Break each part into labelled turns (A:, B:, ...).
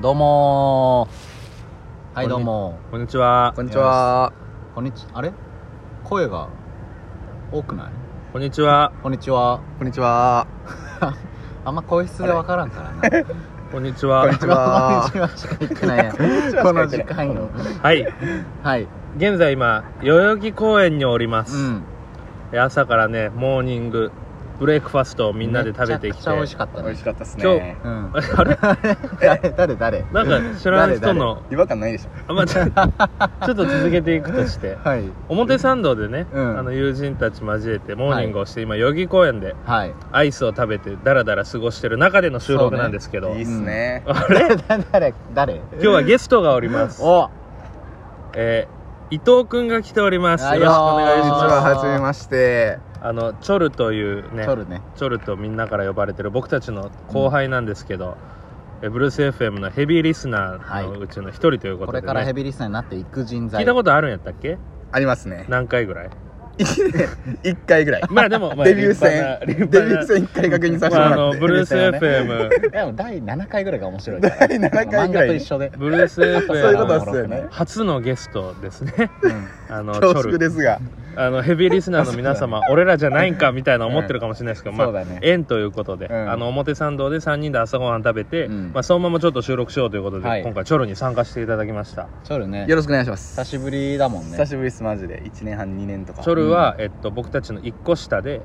A: どうもーはいどうも
B: こんにちは
C: こんにちは。
A: ーこんにちあれ声が多くない
B: こんにちは
A: こんにちは
C: こんにちは。
A: あんま声質でわからんからな こんに
B: こんにち
C: こん
B: は
C: にちは
A: ちはしか言ってないやんこの時間よ
B: はい
A: はい
B: 現在今代々木公園におります、
A: うん
B: で朝からねモーニングブレイクファストをみんなで食べて
A: め
B: き
A: ち
B: て
A: ゃくちゃ美味しかった
C: 美味
A: ね
C: しかったです
B: 今
C: ね。
A: うん
B: あれ
A: 誰誰誰
B: なんか知らん人の
C: 違和感ないでしょ。
B: あ、まあ、ちょちょっと続けていくとして
A: はい
B: 表参道でね、
A: うん
B: あの友人たち交えてモーニングをして、今代々木公園で
A: はい
B: アイスを食べてダラダラ過ごしてる中での収録なんですけど、
C: いいっすね。
A: 誰誰誰
B: 今日はゲストがおります
A: お
B: えー、伊藤くんが来ております。よ
A: あ
B: ろしくお願い
C: こん
B: し
C: にち
B: ま
C: は。
A: あー
C: はじめまして。
B: す。あの、チョルというね、チ
A: 取るね
B: ョルとみんなから呼ばれてる僕たちの後輩なんですけど、えーブルース FM のヘビーリスナーのうちの一人というこ
A: こと
B: で、
A: れ
B: ね
A: からヘビーリスナーになっていく人材
B: 聞いたことあるんやったっけ
C: ありますね。
B: 何回ぐ らい
C: 一回ぐらい。
B: まあでも、まあ、
C: デビュー
B: 立派な
C: 戦。
B: 立派
C: デビ
B: な
C: ュー戦一回確認させて
B: ま
C: も
B: あ、あ
C: ら
B: の、
C: っ て。
B: ブルース
A: デビュー戦
B: FM、
A: でも第7回ぐらいが面白いから
C: 第7回ぐらい
A: 漫画と一緒で
B: ブルース
C: そういうことっ
B: FM
C: すよね。
B: 初のゲストです ね。
A: うん
B: あの、チ
C: 恐
B: ョ
C: 縮
B: ル。
C: ですが。
B: あのヘビーリスナーの皆 様、俺らじゃないんかみたいな思ってるかもしれないですけど、
A: うん
B: ま
A: そう
B: あ
A: だね
B: 縁ということで、
C: うん
B: あの表参道で3人で朝ごはん食べて、
A: うん
B: まあ、そのままちょっと収録しようということで、
A: はい
B: 今回チョルに参加していただきました
A: チョルね
C: よろしくお願いします。
A: 久しぶりだもんね
C: 久しぶりです、マジで。一年半、二年とか。
B: チョルは、えっと、僕たちの1個下で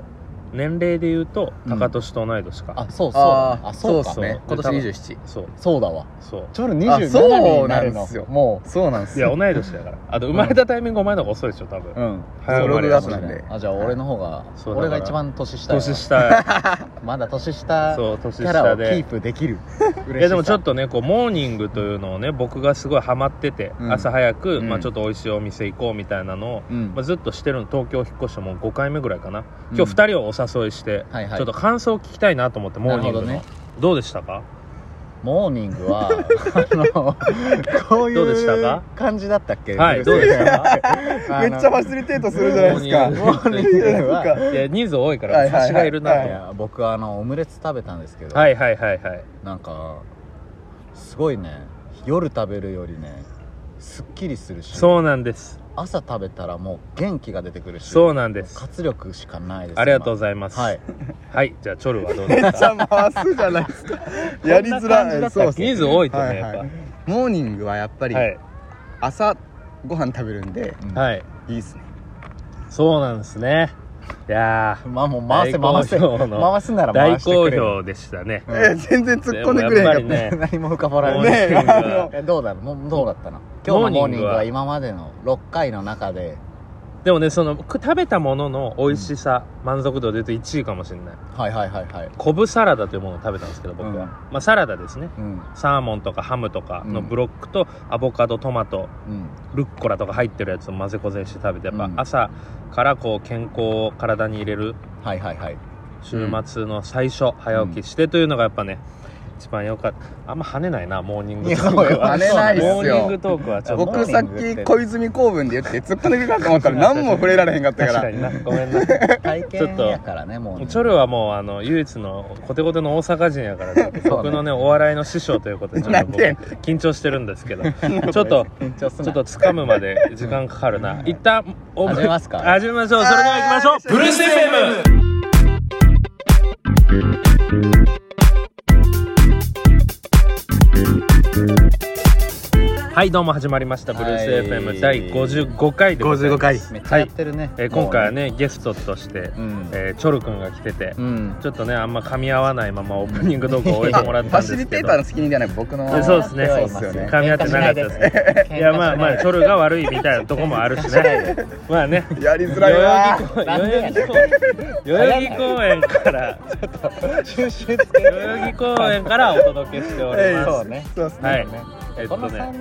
B: 年齢で言うと
A: うん
B: 高俊と同い年か、
A: あそうそう
C: あ
A: あ
C: あ、
A: そう
C: っ
A: か
C: す
A: そう,、
C: ね。今年二十七。
B: そう
A: だわ
B: そう
A: チョル
C: あ
A: 27
C: そ
A: に
C: う
A: な
C: なん
A: る
C: で
A: の
C: すよ
A: も
C: そうなんです
B: いや
C: よ。
B: 同い年だ からあと生まれたタイミングお前の方が遅いでしょ多分、
A: ううん
B: 早
C: そ
B: 生ま
C: う
B: れ
C: 俺
B: だ
C: が
B: し
C: そうなんで。
A: あじゃあ俺の方が
B: そうだから
A: 俺が一番年下やわ
B: 年 下
A: まだ年下
B: そう年
A: キャラ
B: 下
A: をキー
B: で
A: プで きる
B: いやでもちょっ
A: と
B: とねこうモーニングというのをね僕がすごいハマってて、
A: うん
B: 朝早く、
C: うん
B: まあ、ちょっと美味しいお店行こうみたいなのを、
A: うん
B: まあ、ずっとしてるの東京引っ越してもう5回目ぐらいかな
A: う
B: 今
A: ん
B: 日2人をお誘いして、
A: はいはい
B: ちょっと感想を聞きたいなと思ってモーニングの
A: なる
B: ど,、
A: ほ
B: うでしたか
A: モーニングは あのこう
B: どうでした
A: いう
B: か
A: 感じだったっけ
B: はいどうでした か
C: めっちゃファシリテートするじゃないです
B: あの
C: か。
A: モーニング
C: いや
A: はい
B: や人数多いか
C: はい
B: ら
C: はいはい
B: 差しがいるなと
C: は
A: い
B: 思っ
A: や僕はあのオムレツ食べたんですけ
B: て
A: ど
B: はいはいはいはい
A: なんかすごいね夜食べるよりねすっきりするし
B: そうなんです
A: 朝食べたらもう元気が出てくるし
B: そうなんです
A: 活力しかないです
B: ありがとうご
A: ざい
B: ざいます
A: はい、
B: はいじゃあチョルはどう
C: め
B: で
C: っ
B: し
C: ち
B: た
C: ゃ回すじゃないです か。 やりづら
A: こんな感じだったっけ
C: い。そうっすね
B: 人数多いとね
C: はい
B: やっ
C: は
B: ぱ
C: いモーニングはやっぱり
B: はい、
C: 朝ご飯食べるんで
A: うん
B: はい、
C: いいっすね
B: そうなんですねいやー
A: まあもう回せ
B: 大好
A: 回せ
B: 評の
A: 回すなら
B: 大
A: 回してく
B: 好
A: れよ
B: 評でしたね
C: えー全然突っ込んでくれへんか
B: で
C: っ
B: もやっぱりね
A: 何も深掘られ
B: モ
A: な
B: ー
A: い、
B: ニングは
A: えどうだろうもうどうだったの今日のモーニング
B: モーニングは
A: は今までの6回の中で
B: でもねそのく食べたものの美味しさ、満足度で言うと1位かもしれな
A: は
B: い
A: いはいはいはい
B: 昆布サラダというものを食べたんですけど僕は、
A: うん
B: まあサラダですね
A: うん
B: サーモンとかハムとかの
A: うん
B: ブロックとアボカドトマト
A: うん
B: ルッコラとか入ってるやつを混ぜこぜして食べてやっぱ
A: うん
B: 朝からこう健康を体に入れる
A: はいはい はい
B: 週末の最初、早起きしてというのがやっぱね一番良かったあんま跳ねないなモーニングトーク
A: いや
B: は
C: 跳ねないっすよ
B: モーニングトークはちょっと
C: 僕さ
A: モーニ
C: っ
A: ングって
C: き小泉公文で言って突っ込んでくれるか と思ったら何も触れられへんかった
B: 確
C: か
B: からになごめんな
A: 体験やからねもうね
B: チョルはもうあの唯一のコテコテの大阪人や から、僕のねお笑いの師匠ということでちょっ
C: な
B: と
C: ん
B: 僕
C: で
B: 緊張してるんですけどちょっと
A: 緊張すん
B: ち
A: な
B: ょっと掴むまで時間かかるな一旦お
A: 始めますか
B: 始めましょうそれでは行きましょうブルース FM はいどうも始まりました「ブルース FM」第55回でございます
C: 55回
A: めっちゃやってるね、
B: えー今回はねゲストとして、
A: うん
B: えーチョル君が来てて、
A: うん
B: ちょっとねあんま噛み合わないままオープニングトークを終えてもらっ
C: フ
B: たん
C: ァ
B: です
C: シ
B: け
C: リ
B: ど
C: テーターの責任じゃない僕の
B: そうですね
C: そうっすよね
B: 噛み合ってなかったですねいやまあまあチョルが悪いみたいなとこもあるしねまあね
C: やりづらい
B: 代
C: わ
B: 々木公
A: なんでや
B: 園
A: ねん
B: 代々木公園から
A: 収集つけ
B: 代々木公園からお届けしており
C: ええ
B: ま
A: そ
B: す
A: うね
C: そうっすね
B: はいえっ
A: ことの
B: ね
A: 3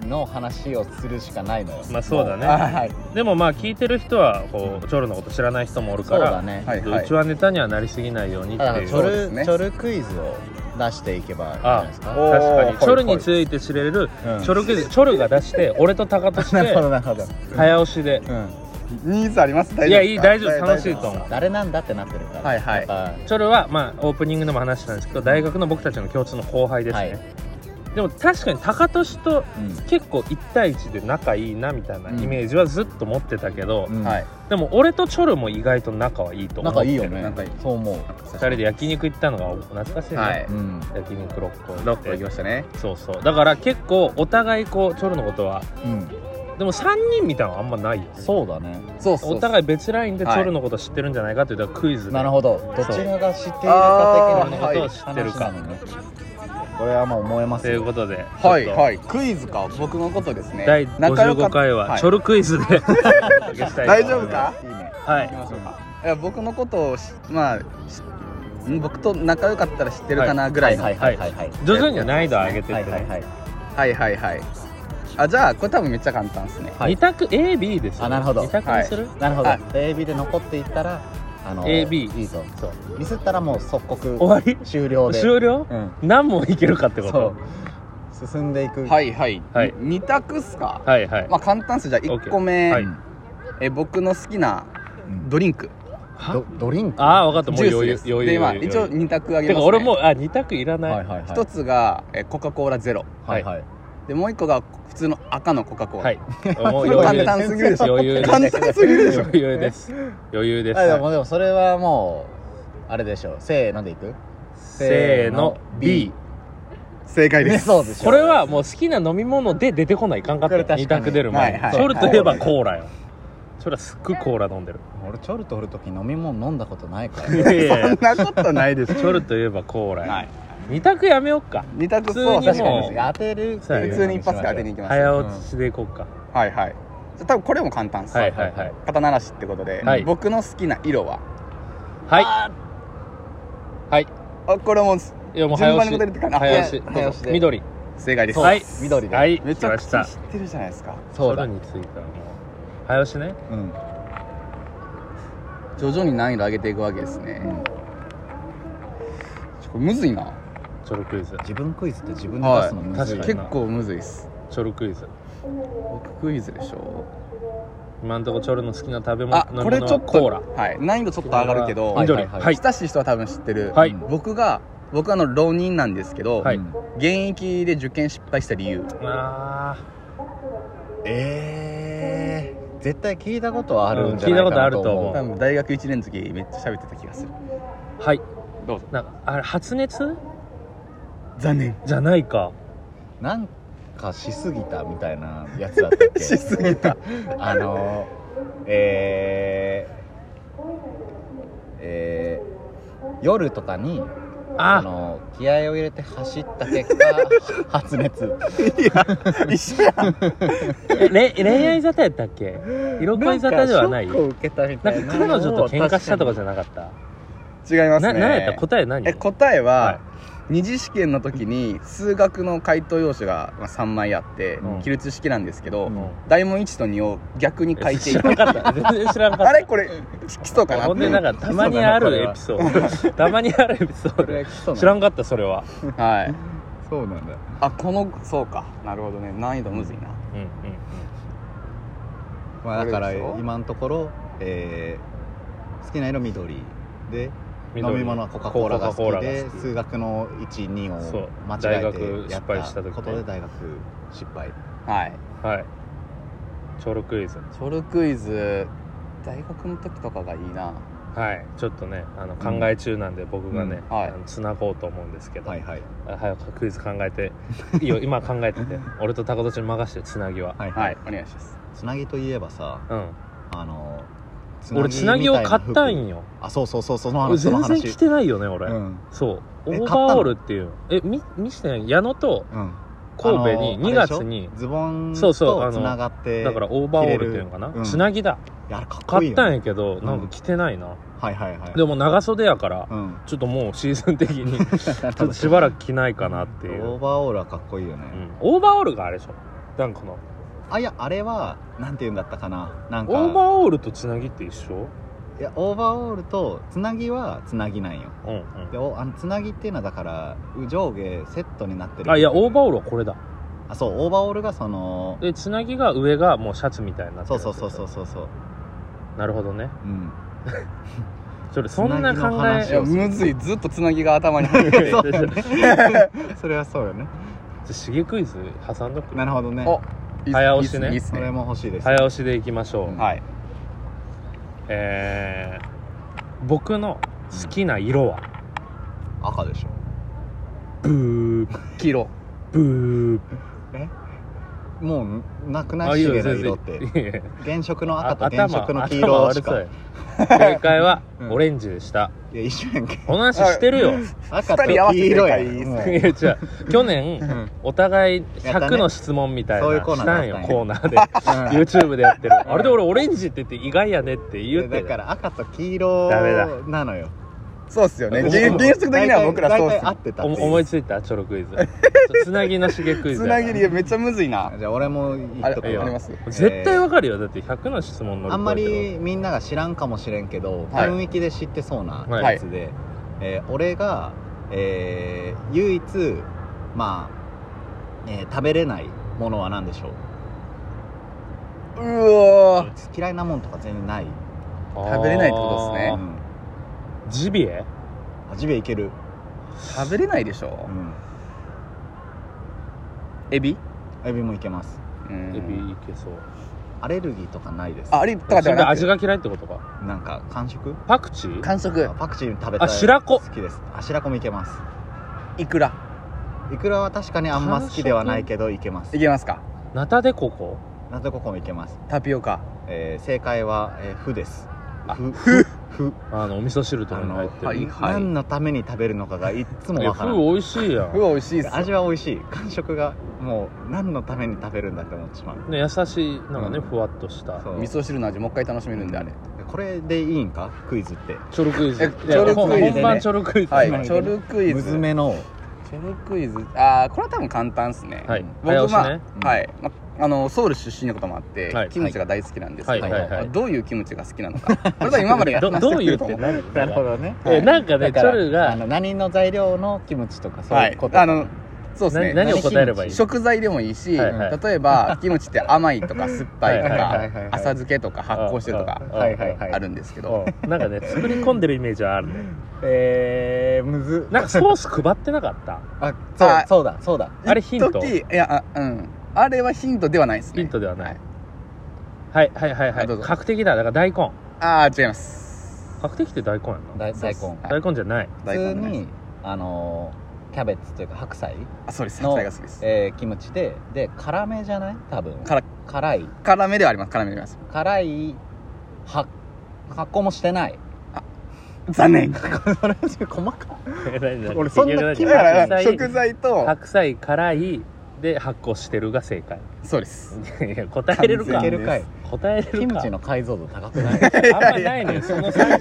A: 人の話をするしかないのよ
B: まあそうだね
A: もはい
B: でもまあ聞いてる人はこうチョルのこと知らない人もおるか
A: そうだ
B: ら
A: ね、
C: はいう
B: ちはネタにはなりすぎないようにって
A: だから
B: い
A: チ
B: う
A: ョ
C: そうです
A: ル、
C: ね
A: チョルクイズを出していけばいいんじゃないですか
B: 確か
C: おお
B: に
C: ー
B: チョルについて知れる
A: うん
B: チョルクイズチョルが出して俺と高と し
A: なるほ
B: て
A: どなるほど
B: 早押しで
C: ニーズあります大丈夫
B: いやいい大丈夫楽しい
C: と
B: と思う
A: 誰なんだってなってるから
C: はいはい
A: やっぱ
B: チョルはまあオープニングでも話したんですけど大学の僕たちの共通の後輩ですね、
A: はい
B: でも確かに高俊と
A: う
B: 結構1対1で仲いいなみたいなイメージはずっと持ってたけど、
A: んうん
C: はい
B: でも俺とチョルも意外と仲はいいと思う
A: 仲いいよね
C: 仲いい
A: そう思う
B: 2人で焼肉行ったのが懐かしいね、
C: はい
A: うん
B: 焼肉6個
C: ロック行きましたね
B: そうそうだから結構お互いこうチョルのことは
A: うん
B: でも3人みたいなのはあんまないよね
A: そうだね
C: そうそうそう
B: お互い別ラインでチョルのこと知ってるんじゃないかというとクイズで
A: なるほどどちらが知っているか
C: あ
A: 的
C: ー
A: な
B: は
A: ね
B: い
A: 話なのねこれはまあ思えま
B: と
A: す
B: い
A: よ
B: うことで
C: はい
B: ちょっと
C: はいクイズか僕のことですね
B: 第
C: 仲良か
B: 55回は
C: はい
B: チョルクイズでお届けしたい
C: 大
B: と
C: 丈
B: 思い
C: 夫
B: ま
C: か
B: す
A: いいね
B: はい
C: 行きましょうかいや僕のことをしまあしん僕と仲良かったら知ってるかなぐらいの
A: は
C: はいい
A: はいはいはい
B: 徐々に難易度を上げてい
A: は
B: っ
A: い
B: て
A: はい
B: ね
A: はい
C: はいはいあじゃあこれ多分めっちゃ簡単ですね
A: はい
B: 2択 AB ですよ
A: あなるほど
B: 2択にする
A: なるほど
C: はい
A: で AB で残っていったらあの
B: AB
A: いいぞ
B: そう
A: ミスったらもう即
B: 終
A: 刻
B: わり
A: 終了で
B: 終了
A: うん
B: 何問いけるかってこ
A: そ
B: と
A: う進んでいく
C: はいはい、
B: はい
C: 2択っすか、
B: はいはい
C: まあ簡単っすじゃあ1個目、
B: はい
C: え僕の好きな
A: うん
C: ドリンク
A: ドドリンク
B: ああ分かったもう
C: ジュー
B: 余裕
C: スです
B: 余裕
C: でまあ
B: 余裕
C: 一応2択あげます、ね、
B: てか俺もうあ2択いら
A: はいは
B: ないい
A: はい
C: 1つがえコカ・コーラゼロ
A: はいはい
C: でもう1個が普通の赤のコカ・コーラ、
B: はいもう余裕
C: 簡単すぎるでしょ
B: 余裕です
C: 簡単すぎる でしょ
B: 余裕です余裕です
A: あでもでもそれはもうあれでしょうせーのでいく
B: せーの B
C: 正解で
A: ね
C: す
A: そうでしょ
B: これはもう好きな飲み物で出てこないかんかったよ
A: これ確かに
B: 2択出る前に
C: はいはい
B: チョルといえばコーラよチョルはすっごいコーラ飲んでる
A: 俺チョルとおる時飲み物飲んだことないから
B: いやいやいや
C: そんなことないで
B: チ
C: す
B: ョルといえばコーラ
C: は
B: や
C: い
B: 2択やめよっか
C: 2
B: 普
C: 択
B: 通
C: そう
B: に
C: 確か
B: も
C: に
B: う
A: 当てるっていう
C: 普通に一発で当てに行きます
B: 早落ちしでいこうか
C: はいはい多分これも簡単です、
B: はいはいはい
C: 肩慣らしってことで、
B: はい
C: 僕の好きな色は
B: はい
A: あ
B: はい
C: あこれも
B: いやもう
C: 順
B: 早
C: 番
B: 押
C: に
B: し
C: 答えるってかな
B: 早押し
C: い や早押しで
B: 緑
C: 正解です
A: そう
B: はい
A: 緑で
B: はい
C: め
B: 来
C: ちゃ
B: ま
C: く
B: し
C: ちゃ
B: た
C: 知ってるじゃないですか
A: ー
B: チョ
A: そうだ
B: ルについてはもう早押しね
A: うん
C: 徐々に難易度上げていくわけですねちょこれむずいな
B: チョルクイズ
A: 自分クイズって自分で出すのむずいよ
B: はい
A: な
C: 結構むずいっす
B: チョルクイズ
C: 僕クイズでしょ
B: 今んとこチョルの好きな食べ物
C: あ
B: 飲み
C: こ
B: 物
C: れちょ
B: は
C: っと
B: コーラ
C: はい難易度ちょっと上がるけど、
A: はい
B: 緑
A: はい
B: はい
C: 親しい人は多分知ってる、
B: はい
C: 僕が僕はあの浪人なんですけど、
B: はい
A: うん
C: 現役で受験失敗した理由
B: あー
A: えー絶対聞いたことはあるんじゃ
B: うん聞
A: な
B: いた
A: い
B: こ
A: か
B: とあ
A: な
B: る
A: と
B: と思
A: 思
B: う
A: う
C: 多分大学1年の時めっちゃ喋ってた気がする
B: はい
C: どうぞ
B: なんかあれ発熱
C: 残念
B: じゃないか
A: なんかしすぎたみたいなやつだったっけ
C: しすぎた
A: あのえー、えー、夜とかにあ
B: あ
A: の気合を入れて走った結 果発熱
C: 一緒やん
B: えれ恋愛沙汰やったっけ色恋沙汰ではない
A: ん
B: な
A: かショックを受けたみたい
B: ん
A: な
B: か彼女と喧嘩したとか
A: じ
B: じゃなかった
C: 違います
B: な
C: ね
B: 何やった答え何
C: え答えは、
B: は
C: 二次試験の時に数学の解答用紙がまあ3枚あって、
A: うん
C: 記述式なんですけど、
A: うん
C: 大問1と2を逆に書いてい
B: 知ら
C: く
B: なかった全然知らなかっ
C: あれこれ基礎か
B: た
C: な
B: ほんでなんかたまにあるエピソー ドたまにあるエピソ
A: こ
B: ー
A: れ
B: ド知ら
A: ん
B: んかったそれは
C: はい
A: そうなんだ
C: あこのそうかなるほどね難易度むずいな
B: うんうん
A: まあだから
C: これでしょ
A: 今のところ、えー好きな色緑で
B: うん
A: 飲み物はコカ・コーラが好きで
B: コカコー
A: 数
B: ラが
A: 学の12
B: そう
A: を間違え
B: 大学
A: てや
B: 失
A: っ
B: 敗した時
A: た
B: ね
A: ことで大学失敗
C: はい
B: 好きはいチョルクイズ
C: ソルクイズ大学の時とかがいいな
B: はいちょっとねあの考え中なんで僕がね
C: うんはい
B: つなごうと思うんですけど
A: はいはい
B: 早くクイズ考えていいよ今考えて て俺と高ちに任してつなぎは
A: はい
C: は
A: はい
C: いお願いします
A: つなぎといえばさ
B: うん
A: あの
B: 俺つなぎを買ったん
A: よ
B: よ
A: あそうそうそうその
B: 俺
A: 話その
B: 全然
A: 話
B: 着てないよね俺、
A: うん
B: そうオ
A: え
B: ーバーオールっていうのえみ見してない矢野と
A: うん
B: 神戸
A: あ
B: に
A: の
B: 2月に
A: あれでしょズボン
B: そうそう
A: と
B: あの
A: つながって
B: だからオーバーオールっていうのかな、
A: 着れるうん
B: つなぎだ
A: いやあれかっこいい
B: 買っ
A: よ
B: たん
A: ね
B: やけど、
A: ん
B: なんか着てないな
A: はいはいはい
B: でも長袖やから、
A: うん
B: ちょっともうシーズン的 にちょっとしばらく着ないかなっていう、
A: オーバーオールはかっこいいよね、
B: うんオーバーオールがあれでしょなんかこの
A: あいやあれはなんて言うんだったかななんか
B: オーバーオールとつなぎって一緒
A: いやオーバーオールとつなぎはつなぎなんよ
B: うん
A: でおあのつなぎっていうのはだから上下セットになって
B: う
A: る
B: んあいやオーバー
A: ー
B: オールはこれだ
A: あそうオーバーオールがその
B: でつなぎが上がもうシャツみたいになって
A: そ
B: る
A: う
B: やつ
A: そ
B: で
A: う
B: しょ
A: そうそうそうそう
B: なるほどね
A: うん
B: それそんな
A: つなぎ
B: 考
A: の話
C: い
B: え
A: を
C: やむずいずっとつなぎが頭に入る
A: そうよねそれはそうよね
B: じゃあシゲクイズ挟んどく
A: なるほどね
C: おいいっす
B: 早押しね
C: いいっす
A: そ
C: ねいい
A: れ
C: っ
A: も欲しいです
B: 早押しでいきましょう、
A: う
C: す
A: ん
C: ねはい
B: えー、僕の好きな色は、
A: 赤でしょ
B: ブー
C: 黄色
B: ブ
A: もうなく
B: ー
A: ないシゲの色って
B: いやいや
A: 原色の
B: あ
A: 赤と
B: 頭
A: 原色の黄色し
B: 頭
A: か
B: 悪そうや正解は
A: うん
B: オレンジでした、
A: いや一緒やんけ
B: この話してるよ、
A: 赤と
C: 二人合わせ
A: 黄
C: て
A: 色
C: 正
A: や
C: 解いいっす
A: もう
B: いや違う去年、
A: ん
B: お互い
A: やった
B: 100
A: ね
B: の質問みたいな
A: そういうコーナ
B: し
A: ーだったた
B: ん
A: ん
B: よ
A: や
B: コーナーで
A: う ん
B: YouTube でやってるあれで俺オレンジって言って意外やねって言っ
A: だ
B: て
A: から赤と黄色
B: ダメだ
A: なのよ
C: そうっすよね
B: 僕
C: 原
B: も
C: 原則的には僕らそう
A: 大
C: っす
A: 体合ってた
B: お
A: っていう
B: 思いついたチョロクイ ズつなぎのしげクイズ
C: つ
B: や
C: なぎりめっちゃむずいな
A: じゃあ俺も言
C: あ
A: っ
C: れ
A: とく
B: いいよ
C: あり
A: わ
C: ます
B: 絶対わかるよだって100の質問の
A: あんまりみんなが知らんかもしれんけど、
C: はい
A: 雰囲気で知ってそうな
B: はい
A: やつで、えー俺が、えー唯一まあ、えー食べれないものは何でしょう
C: うおー
A: 嫌いなもんとか全然ない、う
C: 食べれないってことですね
A: ん、
B: すジビエ
A: あジビエいける、
C: 食べれないでしょ
A: うん、
C: エビ
A: エビもいけます
C: うん
B: エビいけそう
A: アレルギーとかないです
C: ああれとか
B: そ
C: で
B: れ
C: は
B: で
C: なく
B: 味が嫌いってことか
A: なんか完食
B: パクチー
C: 完食
A: パクチー食べたい
B: あ白子
A: 好きですあ白子もいけます
C: いくら
A: いくらは確かにあんま好きではないけどいけます
C: いけますか
B: ナタデココ
A: なぜここもいけます、
C: タピオカ
A: えー正解は、えー、ふです
B: あ
A: ふふふ
B: あのお味噌汁と
A: あ
B: かに入
A: の
B: っ、てる
C: はい
A: 何のために食べるのかがいっつも
B: いや
A: わから
B: 風
A: ない
B: 美味しいやん、
C: うわ美味しいっすよ
A: 味は美味しい感触がもう何のために食べるんだって思ってしまう
B: ね、優しいなんか
A: う
B: ね、
A: ん
B: ふわっとした
A: そう
C: 味噌汁の味もう一回楽しめるんであれ
A: これでいいんかクイズって
B: チョルクイズ
C: え
B: いや
C: チョルクイズね
B: 本番チョルクイズ、
C: は
A: 今
C: いチョルクイ
A: むず
C: ズ
A: めの
C: チョルクイズああこれは多分簡単っすね
B: はい
C: 僕
B: 早押し
C: は
B: ね
A: うん
C: はいまあのソウル出身のこともあって
B: はい
C: キムチが大好きなんですけど
B: はい
A: はいはい
C: どういうキムチが好きなのかこれは今まで
B: ど
C: 話
B: どう
C: して
B: い
C: る
B: うっ
C: と
B: て
C: 思う
B: 何
A: どね
C: はい
B: えなんかね
A: だ
B: チ
A: か
B: ョ
A: ら
B: ル
A: あ
B: が
A: の何の材料のキムチとかそう
C: はいいう
A: こと
C: あのそうですね
B: 何何を答えればいい
C: 食材でもいいし、
B: はいはい
C: 例えばキムチって甘いとか酸っぱいと
B: は
A: はい
B: い
A: はいは
C: か
A: い
C: 浅漬けとか発酵してるとか
B: あ
A: はいはいはい
C: あるんですけど、
B: うんなんかね作り込んでるイメージはあるね
A: えー、むず
B: なんかソース配ってなか った
A: あそう
C: あ
A: そうだそうだ
B: あれヒント
C: 一時いやあうんあれはヒントではないですね
B: ヒントではない
C: い、
B: はいはいはいは
C: あどう
B: い
C: ぞ
B: 確定だだから大根
C: ああ違います
B: 確定って大根やんな
A: 大大根
C: はい
B: 大根じゃ ない
A: 普通
C: 大根です
A: にあのーキャベツというか白菜、
C: あそうです
A: の
C: 白菜が好きです
A: えーキムチでで辛めじゃない多分
C: 辛
A: 辛い
C: 辛めではあります辛めではあり
A: 辛い発発酵もしてない
C: ます 残 念
A: それ細か俺
B: 俺
A: そんなキム
C: だ
A: チ
B: 白
C: から
B: 菜
C: 食材と
B: 白菜辛いで発酵してるが正解
C: そうです
B: いや答えれる
A: い
B: か
A: けるかい
B: 答えれるか
A: キムチの解像度高くない
B: あんまないのよその3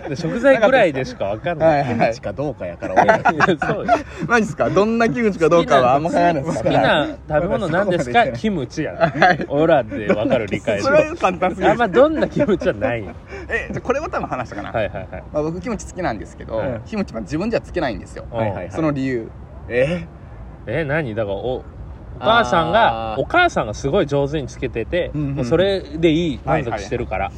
B: 個でで食材ぐらいでしかわかん
C: は
B: ないい
C: はい
A: キ
C: は
A: ム
C: い
A: チかどうかやから俺
B: そうよ
C: マジですかどんなキムチかどうかはあんま考えないで
B: 好き
C: すから
B: な食べ物なんですかキムチやなオラでわかる理解
C: それは簡単すぎ
B: あ
C: る
B: んまどんな気持ちはないよ
C: えじゃあこれは多分話したかな、
B: はいはいはい
C: まあ、僕キムチ好きなんですけど、
B: はい
C: キムチは自分じゃつけないんですよ、
A: はいはいはい
C: その理由
A: え
B: え何だからおお母さんが
A: あー
B: お母さんがすごい上手につけてて、
A: うんうんうん
B: もうそれでいい満足してるから、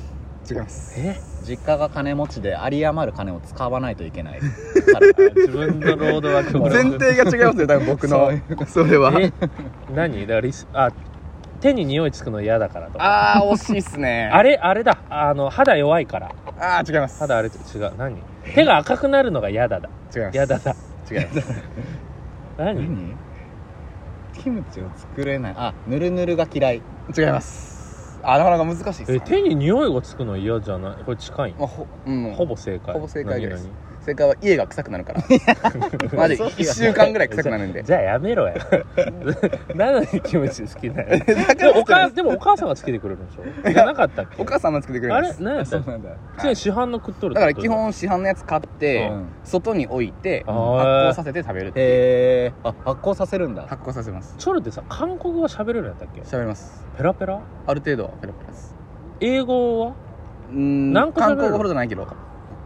C: 違います
B: え
A: 実家が金持ちで有り余る金を使わないといけ ない
B: 自分の労働は極
C: 前
B: 力
C: 提が違いますよ多分僕のそれは
B: え 何だからリスあ手に匂いつくの嫌だからとか
C: ああ惜しいっすね
B: あれあれだあの肌弱いから
C: あー違います
B: 肌あれ違う何手が赤くなるのが嫌 だだ
C: 違います
B: 嫌だだ
C: 違います
B: 何
A: 何キムチを作れないあぬるぬるが嫌い
C: 違いますあなかなか難しいっす
B: え
C: ね
B: 手に匂いがつくの嫌じゃないこれ近い
C: まあ、ほうん
B: ほぼ正解
C: ほぼ正解です
B: 何々
C: 正解は家が臭くなるからマジ1週間ぐらい臭くなるんで
B: じゃあやめろ や なのにキムチ好きなの
C: だ
B: でもお母
C: ら
B: でもお母さんがつけてくれるんでしょじゃなかったっけ
C: お母さんも作ってくれ
B: あ
C: るん
B: れ
C: です
B: 何やったっけ
A: んだ
B: 普通に市販の食っとる
C: だから基
B: っ
C: 本市販のやつ買って、
B: うん
C: 外に置いて
B: あ
C: 発
B: ー
C: 酵させて食べるっていう
A: へえあ発酵させるんだ
C: 発酵させます
B: てことチョルってさ韓国語喋れるんやったっけ
C: 喋ります
B: ペラペラ
C: ある程度はペラペラです
B: 英語は
C: うーん
B: 何
C: 韓
B: 個喋れる
C: 国語ほどじゃないけど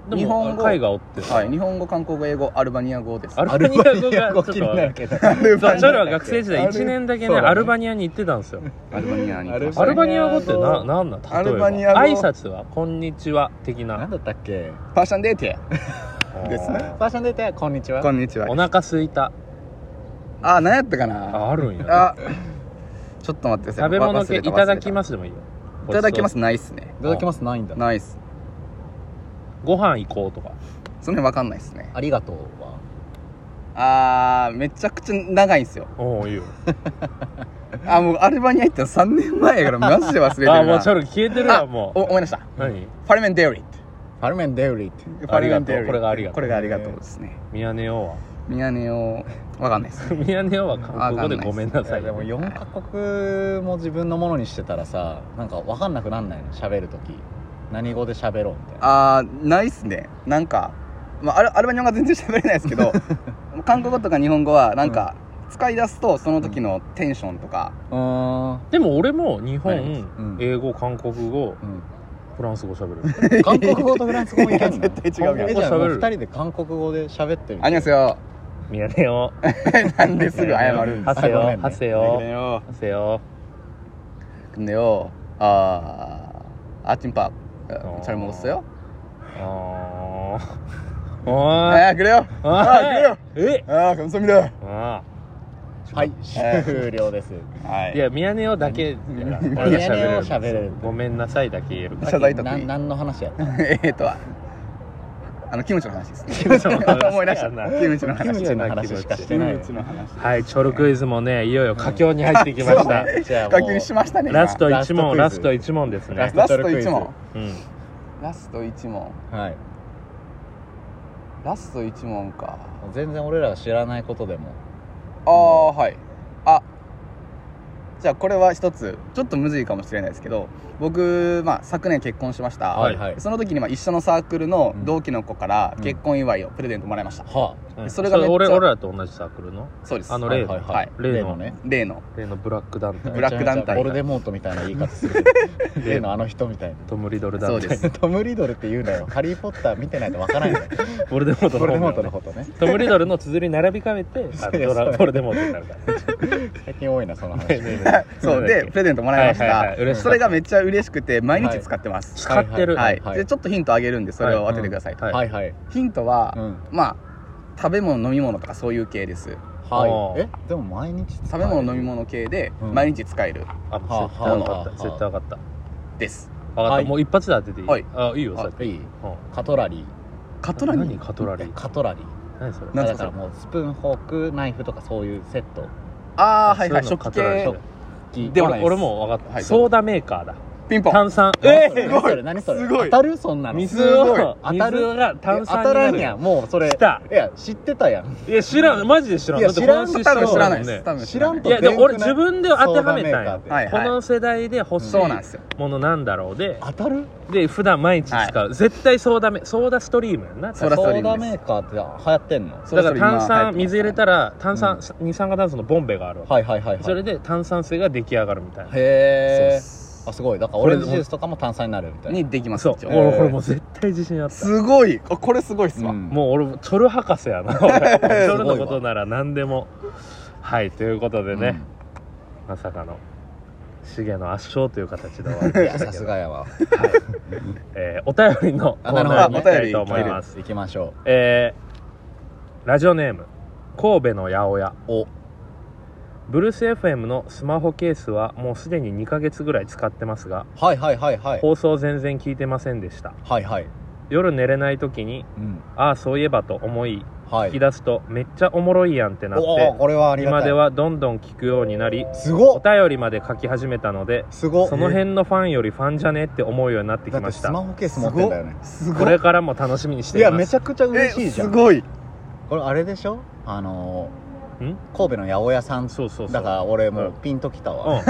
B: でも
C: 日本語
B: 海がおってさ
C: はい日本語韓国語英語アルバニア語です
B: ア
A: ア
B: ル
A: ル
B: バニ
A: バ
B: ア語
A: ニア
B: が
A: 語
B: ちょっ
A: 気
B: と
A: になる
B: 悪い
A: けど
B: そうチョルは学生時代
A: アル
B: 1年だけね
A: そうだね
B: アルバニアに行ってたんですよ
C: アルバニアに行きまし
B: ア
C: た
B: ル
C: ね
B: バニア語ってななんなん例えば
C: アルバニア語
B: 挨拶は「こんにちは」的
A: 何
B: な
A: だったっけ
C: パーシャンデーテ
B: あー
C: ですね
A: ファッションデータこんにちは
C: こんにちは
B: お腹すいた
C: あ何やったかな
B: ああるんや
C: あちょっと待ってください
B: 食べ物系い
C: 忘れた
B: ただきますすでもいいよ
C: いただきます
B: ごち
C: ないっすね
A: いただきますないんだ
C: ないっす
B: そうご飯行こうとか
C: その辺わかんないっすね
A: ありがとうは
C: あーめちゃくちゃ長いんすよ
B: おおいいよ
C: あもうアルバニア行ったの3年前やからマジで忘れてるな
B: あもうちょっと消えてるわも
C: お
B: う
C: 思い出した
B: 何
C: ファルメンデーリーって
A: ファルメンデウリーって
C: ファルメンデー
B: これがありがとう
C: これがありがとうですね
B: ミヤネオは
C: ミヤネをわかんないっすね
B: ミヤネオは韓国語でごめんなさい
A: でも
B: よ
A: 4カ国も自分のものにしてたらさなんか分かんなくなんないの喋るとき何語で喋ろうみたいな
C: あーないっすねなんか、まあ、アルアルバニア語が全然喋れないですけど韓国語とか日本語はなんか使い出すとその時のテンションとか、
A: うーん
B: でも俺も日
C: あり
B: 本、
A: うん
B: 英語韓国語
A: うん
B: フランス語 喋る
A: 韓国語とフランス語もいけんの
C: いや絶対違うやん
A: えじゃあ
B: もう
A: もう
B: 喋る
A: 2人で韓国語で喋ってみ
C: ありますよ
B: ミヤネオ
C: なんですぐ謝るんで
B: は
C: す
B: せ
A: ごめん
B: よ
A: ね
B: はせ
C: よ
B: よ
C: よ
B: はせよ
C: でよあーアーチンパークチャルモスよ
B: あー
C: あ
B: あ
C: ーくれよ
B: ー
C: あーくれよ
B: え
C: あー感想見だ
B: あ
A: はい終了です
C: はい
B: ーいやミヤネオだけだから俺が喋れる
A: ミヤネオ喋れる
B: ごめんなさいだけ言えるから
C: 謝罪とか
A: な何の話やった
C: えーっとはあのキムチの話ですね
B: キムチの話
C: 思い出した
B: やな
C: キムチの
A: キム
C: 話
A: チの話しかして
C: キ
A: ない
C: ムチの話
B: はいチョルクイズもねいよいよ佳境に入ってきました、
A: じゃあも
C: 学級に
A: う
C: しましたね今
B: ラスト1問ラ
A: ラ
B: ス
A: ス
B: ト
A: ト
B: 1問ですね
A: ラス
C: ラスト1問
B: うん
C: ラスト1問
A: はい
C: ラスト1問か
A: 全然俺らが知らないことでも
C: ああはいあじゃあこれは一つちょっとむずいかもしれないですけど僕、まあ、昨年結婚しました、
B: はい
A: はい
C: その時にまあ一緒のサークルの
A: うん
C: 同期の子から
A: うん
C: 結婚祝いをプレゼントもらいました、
A: は
B: うん
C: それがめっちゃ
B: 俺俺らと同じサークルの
C: そうです
B: あの
A: あ
B: 例の
A: はい
C: は
A: はいい
B: 例の
A: ね
C: 例の
B: 例のブラック団体
C: ブラック団体
A: ボルデモートみたいな言い方するけど例のあの人みたい
B: トム・リドル団
C: そうで
B: 体
C: す
A: なトム・リドルって言うなよハリー・ポッター見てないとわからないよ
B: ボルデモート
A: ボルデモ
B: の
A: ートの
B: 方
A: ことね
B: トム・リドルの綴り並び替えてあのドラボルデモートになるから
A: 最近多いなその話
C: そうでプレゼントもらいました、
B: はいはいはい嬉しかった
C: それがめっちゃ嬉しくて毎日使ってます、
B: 使ってる
C: は
A: はいい
C: でちょっとヒントあげるんでそれを当ててください、
B: はい
A: はいはい
C: ヒントは、
A: うん
C: まあ食べ物飲み物とかそういう系です
B: あ
A: はい
B: ー
A: えでも毎日使
C: 食
A: え
C: べ
A: る
C: 物飲み物系で
A: うん
C: 毎日使える
B: あもう絶対分かった絶対分かった
C: です、
B: 分かった
A: はい
B: もう一発で当てていい
C: はい
B: あいいよさっ
A: あいい
B: き
A: カトラリー
C: カトラリ
B: 何
C: ー
B: カトラリー
A: カトラリー
B: 何それ
C: なん
A: あ
C: すか
A: だからもうスプーンフォークナイフとかそういうセット
C: ああはいはい
B: そううの
C: 食
B: カ
C: 器
B: トラリー
C: 系
B: で
C: では
B: 俺
C: ないです
B: 俺もう分かっ
C: は
B: た
C: い
B: ソーダメーカーだ
C: ピンポン
B: 炭酸
A: え
C: ー
A: 何それ何それ
C: すごい
A: 当たるそんなの
B: 水
C: すごい
B: を
A: 当たる
B: 水が炭
A: 当
B: 酸
A: た
B: にな
A: らん
B: る
A: やんもうそれ
B: 来た
A: いや知ってたやん
B: いや知らんマジで知らん
A: いや
B: だって
A: 知らん
B: この話し
C: 多
B: た
C: 分
B: こ
C: 知
B: と
C: ら
B: あ
C: ない
B: るもん
C: です
B: ね
C: 多分知
A: 知
C: ら
A: ら
C: な
A: ん
C: い
B: い
A: と
B: やでも俺
A: 電
B: 自
A: 空
B: 分で当てはめた
A: ソー
B: んや
A: ダメーカーって
C: はいはい
B: この世代で欲しい
C: そうなんですよ
B: ものなんだろうで
A: 当たる
B: で普段毎日使う絶対ソーダメソーダストリームやんな
C: そ
B: だか
C: うだ
A: ソ
C: そうだ
A: ーダメーカーって流行ってんの
C: それぞ
B: ら
C: れ今
B: 炭酸
C: 流行ってます
B: 水入れたら炭酸二酸化炭素のボンベがあるわ
A: はいはいはいはい
B: それで炭酸水が出来上がるみたいな
C: そう
A: へ
C: っ
A: え
C: す
A: あすごいだからオレンジジュースとかも炭酸になるみたいな
C: にできます
B: そう
C: 一応
A: えー
B: 俺これもう絶対自信あった
C: すごいあこれすごいっすわ、
A: うん
B: もう俺チョル博士や な俺チョルのことなら何でもはいということでねまさかのシゲの圧勝という形で終わ
A: う
B: り
A: んい
B: で
A: や
B: した
A: さ
B: け
A: す
B: ど
A: がやわ
B: えーお便りのコーナーに行きたいと思い
A: 行
B: ます。
A: きましょ
B: えーラジオネーム神戸の八百屋
A: うお
B: ブルース FM のスマホケースはもうすでに2ヶ月ぐらい使ってますが
A: はいはいはいはい
B: 放送全然聞いてませんでした
A: はいはい
B: 夜寝れない時に
A: うん
B: ああそういえばと思い
A: は
B: 聞き
A: い
B: 出すとめっちゃおもろいやんってなっ
A: おお
B: て
A: これはありがたい
B: 今ではどんどん聞くようになり
A: すご
B: お
A: っ
B: 便りまで書き始めたのです
A: ごっ
B: その辺のファンよりファンじゃねって思うようになって
A: だ
B: き
A: っ
B: ま
A: て
B: し
A: ス
B: た
A: マホケース持ってんだよね
C: すご
B: こ
C: い
B: れからも楽しみにし
A: い
B: てい
A: や
B: ます
A: めちゃくちゃ
C: え
A: 嬉しいじゃ
C: す
A: ん
C: ごい
A: これあれでしょあの
B: ん
A: ー神戸の八百屋さん
B: そうそうそう
A: だから俺も
B: うん
A: うピンときた
B: う
A: わ
B: ん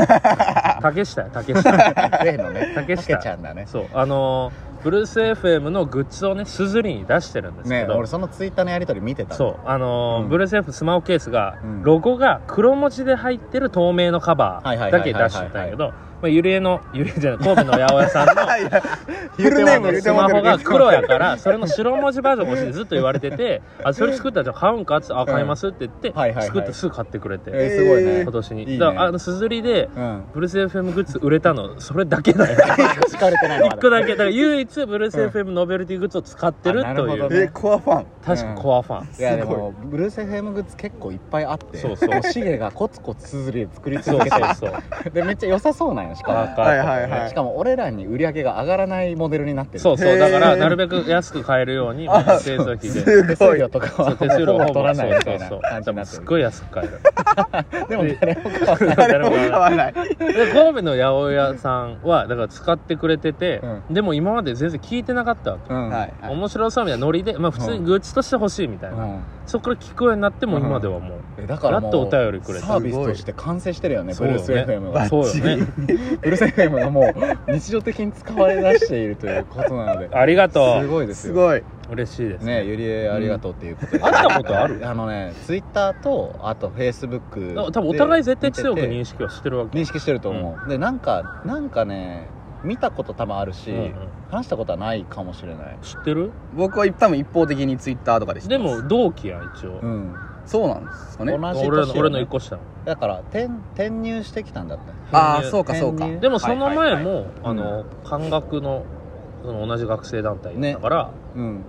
B: 竹下や竹下
A: 例のね
B: 竹下
A: 竹ちゃんだね
B: そうあのーブルース FM のグッズをねすずりに出してるんですけ
A: ね
B: ど、
A: 俺そのツイッターのやり取り見てた
B: そううあのー
A: うん
B: ブルース FM スマホケースが、
A: うん
B: ロゴが黒文字で入ってる透明のカバ
A: はいは
B: ー
A: いは
B: だ
A: いは
B: け
A: い
B: 出
A: はいはい
B: してたんやけどまあ、ゆりえのゆりえじゃない神戸の八百屋さん の
C: いやフ
B: 言って
C: ル
B: も
C: ネ
B: ら
C: ー
B: っ
C: ム言
B: て
C: う
B: ス
C: ても
B: マ
C: ら
B: ホ
C: って
B: が
C: る
B: 黒やからそれの白文字バージョン欲しいってずっと言われ ててあそれ作ったらじゃあ買うんかっつってあ買いますって言って、
A: はいはいはい
B: 作ってすぐ買ってくれて、
A: えーすごい
C: え
A: ね
B: 今年に
A: いいね
B: だからあのすずりで
A: うん
B: ブルース FM グッズ売れたのそれだけだよ
A: 聞かれてない
B: 一個だけだから唯一ブルース FM ノベルティグッズを使ってる
A: あな
B: と
A: るほ
B: い
A: ど
B: う、
A: ね
C: えコアファン
B: 確かコアファン、
A: いやで
C: ごい
A: もブルース FM グッズ結構いっぱいあって
B: そうそう
A: もシゲがコツコツすずりで作り
B: そ
A: 続
B: う
A: けて
B: そ うそう
A: でめっちゃ良さそうなんよしかも
B: わかる
C: はいはいはい
A: しかも俺らに売り上げが上がらないモデルになってる
B: そう
A: う
B: そうだか
C: へ
B: ら
C: ー
B: なるべく安く買えるように
C: あ
B: 製 造機で。
C: す
A: 手
C: ご
A: 数
C: い
A: 料とかは
B: そう手数料
A: ほぼ
B: ほぼ
A: 取らないみたいな
B: そう
A: 感じ
B: そう
A: に
B: そ
A: なっ
B: う
A: て
B: す
A: る
B: っごい安く買える
A: でも誰も買わ ない
C: 誰も買わない
B: で神戸の八百屋さんはだから使ってくれてて、でも今まで全然聞いてなかったわ け、
A: うん
C: はいはい
B: 面白そうみたいなノリでまあ普通にグッズとして欲しいみたいな、
A: うん
B: そこから聞くようになっても今ではもう、
A: えだからもう
B: やっとお便りくれた
A: サービスとして完成してるよね
B: す
A: ブ
B: ごい
A: ルース FM
B: バ
A: が
B: ッそうよね
A: ブルース FM がもう日常的に使われ出しているということな ので
B: ありがと
A: すごいですすよ
C: ごい
B: す嬉しいです
A: ねゆりえありがとうっていうことで、
B: ん会ったことある
A: あのねツイッターとあとフェイスブック
B: だから多分お互い絶対
A: 強
B: 強く認識はしてるわけ
A: 認識してると思う、でなんかなんかね見たこと多分あるし、
B: うんうん
A: 話したことはないかもしれない
B: 知ってる
C: 僕は多分一方的にツイッターとかで知っ
B: で
C: てます
B: も同期やん一応、
A: うん
C: そうなんですかね
A: 同じ
B: 俺ら
A: 年よ
B: の
A: ね
B: 俺の一個下の
A: だから転転入してきたんだって
C: ああそうかそうか
A: 転入
B: でもその前も、
C: はい
B: あの感学のその同じ学生団体だったから、
A: うん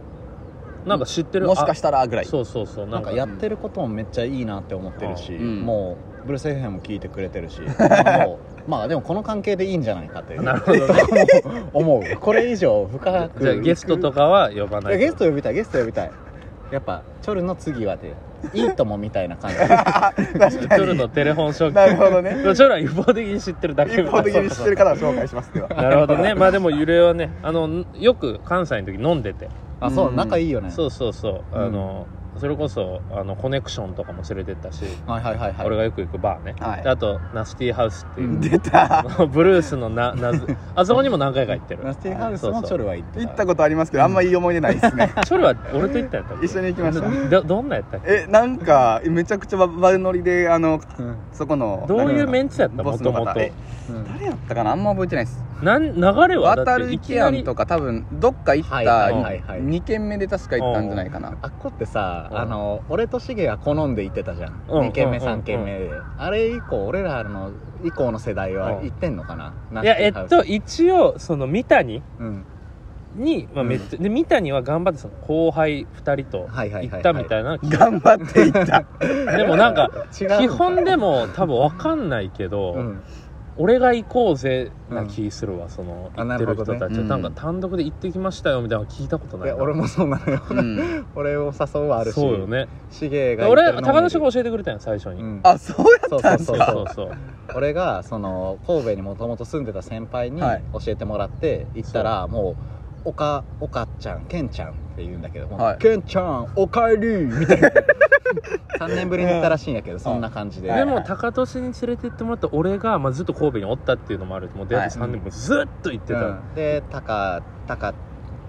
B: なんか知ってる
C: もしかしたらぐら
B: あ
C: い
B: そうそうそう
A: な
B: なんん
A: か
B: か
A: やってることもめっちゃいいなって思ってるし、
C: うん
A: もうブルース FM も聞いてくれてる しもうまあでもこの関係でいいんじゃないかという
B: なるほ どね
A: 思 うこれ以上深く
B: じゃあゲストとかは呼ば
A: い
B: な
A: や
B: い
A: ゲスト呼びたいゲスト呼びたいやっぱチョルの次はでいいともみたいな 感じあ
B: チョルのテレフォンショ
C: なる
B: ッ
C: ほど
B: ク
C: ね
B: でもチョルは一方的に知ってるだけ
C: 一方的に知ってる方を紹介しますでは
B: なるほどねまあでもゆれはねあのよく関西の時飲んでて
A: そううん仲いいよね
B: そうそうそうあの、それこそあのコネクションとかも連れてったし、
A: はいはいはいはい
B: 俺がよく行くバーね、
C: はい
B: であとナスティーハウスっていう、
A: うん
C: 出た
B: あの ブルースのななず あそこにも何回か行ってる
A: ナスティハウスもチョルは行って
C: 行ったことありますけどあんまいい思い出ないですね
B: それは俺と行ったんやったっけ
C: 一緒に行きました
B: どどんなや ったっけ
C: えなんかめちゃくちゃバル乗りであの
A: うん
C: そこの
B: どういうメンツやった
C: ボ
B: も
C: ス
B: と
C: の
B: も
C: 方
B: と
C: え誰やったかなあんま覚えてないです
B: なん流れはだ
C: 渡
B: って
C: る
B: いき
C: 池
B: な
C: 庵
B: り
C: とか多分どっか行った
A: はいはいはいはい
C: 2軒目で確か行ったんじゃないかな
A: あっこってさ、
B: うん
A: あの俺とシゲが好んで行ってたじゃん、
B: うん
A: 2軒目
B: うん
A: 3軒目で、あれ以降俺らの以降の世代は
B: うん
A: 行ってんのかな、ナ
B: い
A: ス
B: や
A: テ
B: え
A: ィハウ
B: っ
A: ス
B: と一応その三谷
A: うん、
B: に、まあ、めっちゃ、で三谷は頑張ってその後輩2人と
A: はいはいはいはい
B: 行ったみたいな、
C: 頑張って行った
B: でもなんか
A: 違うのか
B: 基本でも多分わかんないけど、
A: うん
B: 俺が行こうぜな気するわ、その
A: あ
B: 行ってる人た
A: な
B: ち
C: るほど
B: は
C: ね
B: なんか単独で行ってきましたよみたいなの聞いたことない
A: い
B: な
A: や俺もそうなのよ、
C: うん
A: 俺を誘うはあるし
B: そうよね
A: シゲが行って
B: 俺
A: るのに
B: 高田氏が教えてくれたんよ最初に、
A: うん
C: あそうやったんです
B: そう
A: あ
C: か
B: そうそう
A: 俺がその神戸にもともと住んでた先輩に
C: はい
A: 教えてもらって行ったら、もう「おかおかちゃんけんちゃん」って言うんだけども「
C: はい
A: けんちゃんおかえり」みたいな 3年ぶりに行ったらしいんやけどそんな感じで、
C: はい
B: でも高利に連れてってもらった俺が、まあ、ずっと神戸におったっていうのもあるもう出会って3
A: はい
B: 年もずっと行ってた、
A: うんでタカタカ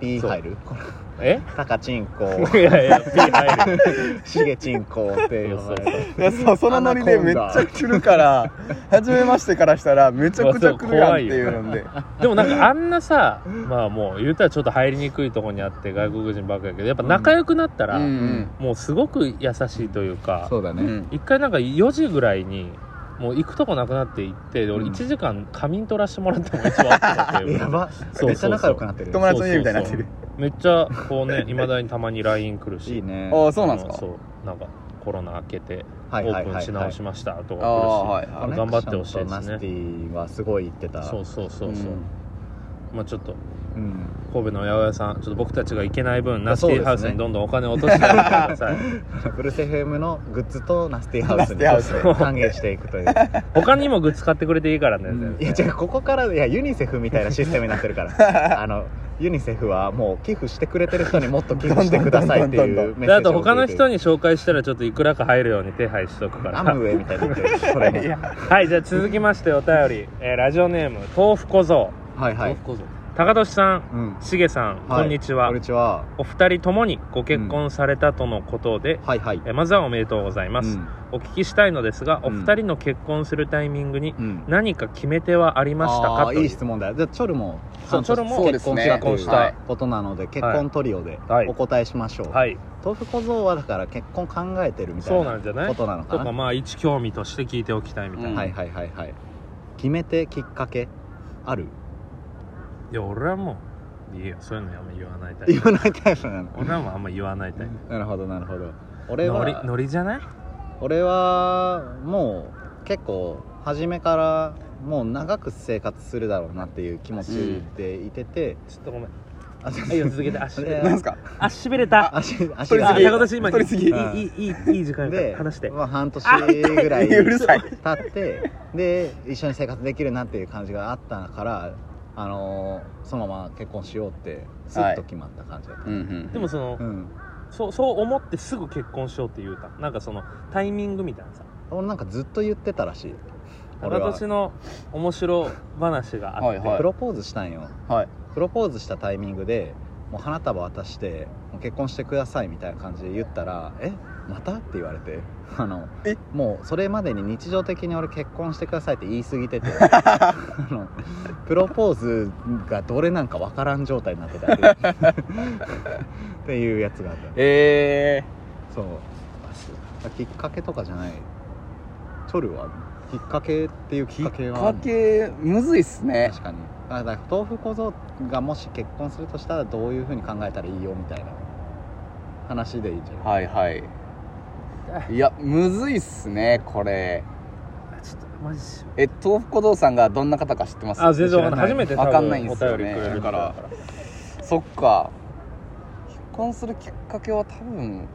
A: ピー入るこれ
B: え
A: タカチン コ
B: いやいや P 入る
A: シゲチンコって呼ばれて
C: いやそうそのノリでめっちゃ来るから初めましてからしたらめちゃくちゃ来るやんっていうので
B: でもなんかあんなさまあもう言うたらちょっと入りにくいとこにあって外国人ばっかやけどやっぱ仲良くなったら、
C: うん
B: もうすごく優しいというか
A: そうだ
C: う
A: ね、
C: ん
B: 一回なんか4時ぐらいにもう行くとこなくなって行ってで俺
A: うん
B: 1時間仮眠取らしてもらっても一番あって
A: やば
B: そ
A: め
B: うそうそう
A: っちゃ仲良くなってる
C: 友達の家みたいになってる
B: めっちゃこうねいまだにたまに LINE 来るし
A: いいね
C: ああそうなんです
B: あの
C: か
B: そうなんかコロナ明けてオ
A: はいはい
B: ー
A: はい
B: プ
A: は
B: ン
A: い
B: し直しましたと
C: ああ
B: か
C: はい
B: あ
C: は
B: の頑張ってほしいです
A: コ
B: ね
A: ネクションとナスティはすごい言ってた
B: 来るしそうそうそう
C: い
B: そううんまあちょっと
A: うん
B: 神戸の八百屋さんちょっと僕たちが行けない分ナス
A: そう
B: テ
A: です
B: ィ
A: ね
B: ハウスにどんどんお金を落としてあげてください
A: ブルース FM のグッズとナスティハウスに
C: ナスティハ
A: 還元していく という
B: 他にもグッズ買ってくれていいからね
C: うん
A: いや違うここからいやユニセフみたいなシステムになってるから あのユニセフはもう寄付してくれてる人にもっと寄付してくださいってい
C: どん
A: うメッセージ
B: であと他の人
A: に
B: に紹介したらちょっといくらか入るように手配しとくか
A: ア
B: ら
A: ムウェイみたいになってるそれも
C: いや
B: はいじゃあ続きましてお便り、えーラジオネーム豆腐小僧
A: はいはい
B: 豆腐小僧高俊さん
A: うん
B: しげさん、
A: はい
B: こんにちは
A: こんにちは
B: お二人ともにご結婚されたとのことで、
A: はいはい
B: えまずはおめでとうございます、
A: うん
B: お聞きしたいのですがお
A: うん
B: 二人の結婚するタイミングに
A: うん
B: 何か決め手はありましたか
A: あ
B: と
A: ー
B: いう
A: いい質問だよじゃあチョルも
B: そうチョル
A: 結
B: も
A: 婚したと
B: そう
A: い
B: ですね結婚
A: う
B: した
A: はいことなので結婚トリオで
B: はい
A: お答えしましょう、
B: はい
A: 豆腐小僧はだから結婚考えてるみた
B: そ
A: いう
B: なん
A: な
B: じゃない
A: ことなの
B: と
A: か
B: か
A: な
B: まあ一興味として聞いておきたいみたいな、
C: うん
A: はいはいはいはい決めてきっかけある
B: いや俺はもういいよそういうのあんま言わないタイ
A: 言
B: プ
A: わないタイプなの
B: 俺はもうあんま言わないタイプ
A: なるほどなるほど俺
B: ノリノ
A: は
B: リじゃない
A: 俺はもう結構初めからもう長く生活するだろうなっていう気持ちでいてて、
B: ちょっとごめん
A: あちょっ
B: はいよ続けて あしびれ
A: え
C: なん
A: ー
C: すか
B: あしびれた
A: 足足
C: 取り
A: が
C: 過
B: あ
C: ぎ
B: 高田氏今い
C: 取り
B: いい
A: 過ぎ
B: いいいいい時間や
A: で
B: から話して
A: まあ、半年ぐ らいう
C: るさい
A: 経ってで一緒に生活できるなっていう感じがあったから、あのーそのまま結婚しようってずっと決まった感じだった、
C: うんうん
B: でもその、
A: うん
B: そうそう思ってすぐ結婚しようって言うたなんかそのタイミングみたいなさ
A: 俺なんかずっと言ってたらしい俺は
B: 私の面白話があって、
C: はいはい
A: プロポーズしたんよ
C: はい
A: プロポーズしたタイミングでもう花束渡してもう結婚してくださいみたいな感じで言ったら「えまた?」って言われてあの
C: え
A: もうそれまでに日常的に俺結婚してくださいって言い過ぎ ててあのプロポーズがどれなんかわからん状態になって たっていうやつがあった
C: え
A: そうきっかけとかじゃないチョルはきっかけっていうきっかけ
C: ー、
A: は
C: かけむずいっすね
A: 確かにあだから豆腐小僧がもし結婚するとしたらどういうふうに考えたらいいよみたいな話でいいじゃん、
C: はいはいいやむずいっすねこれ
B: あちょっとマジし
C: え豆腐小僧さんがどんな方か知ってます
B: あ全然わかんない
A: 知らない
B: 初めて
C: わ
B: 多
C: かんない
B: 分
C: ん
B: お
C: ですよ
B: 便
C: ね
B: りくれる人だ
C: だからそっか結婚するきっかけは多分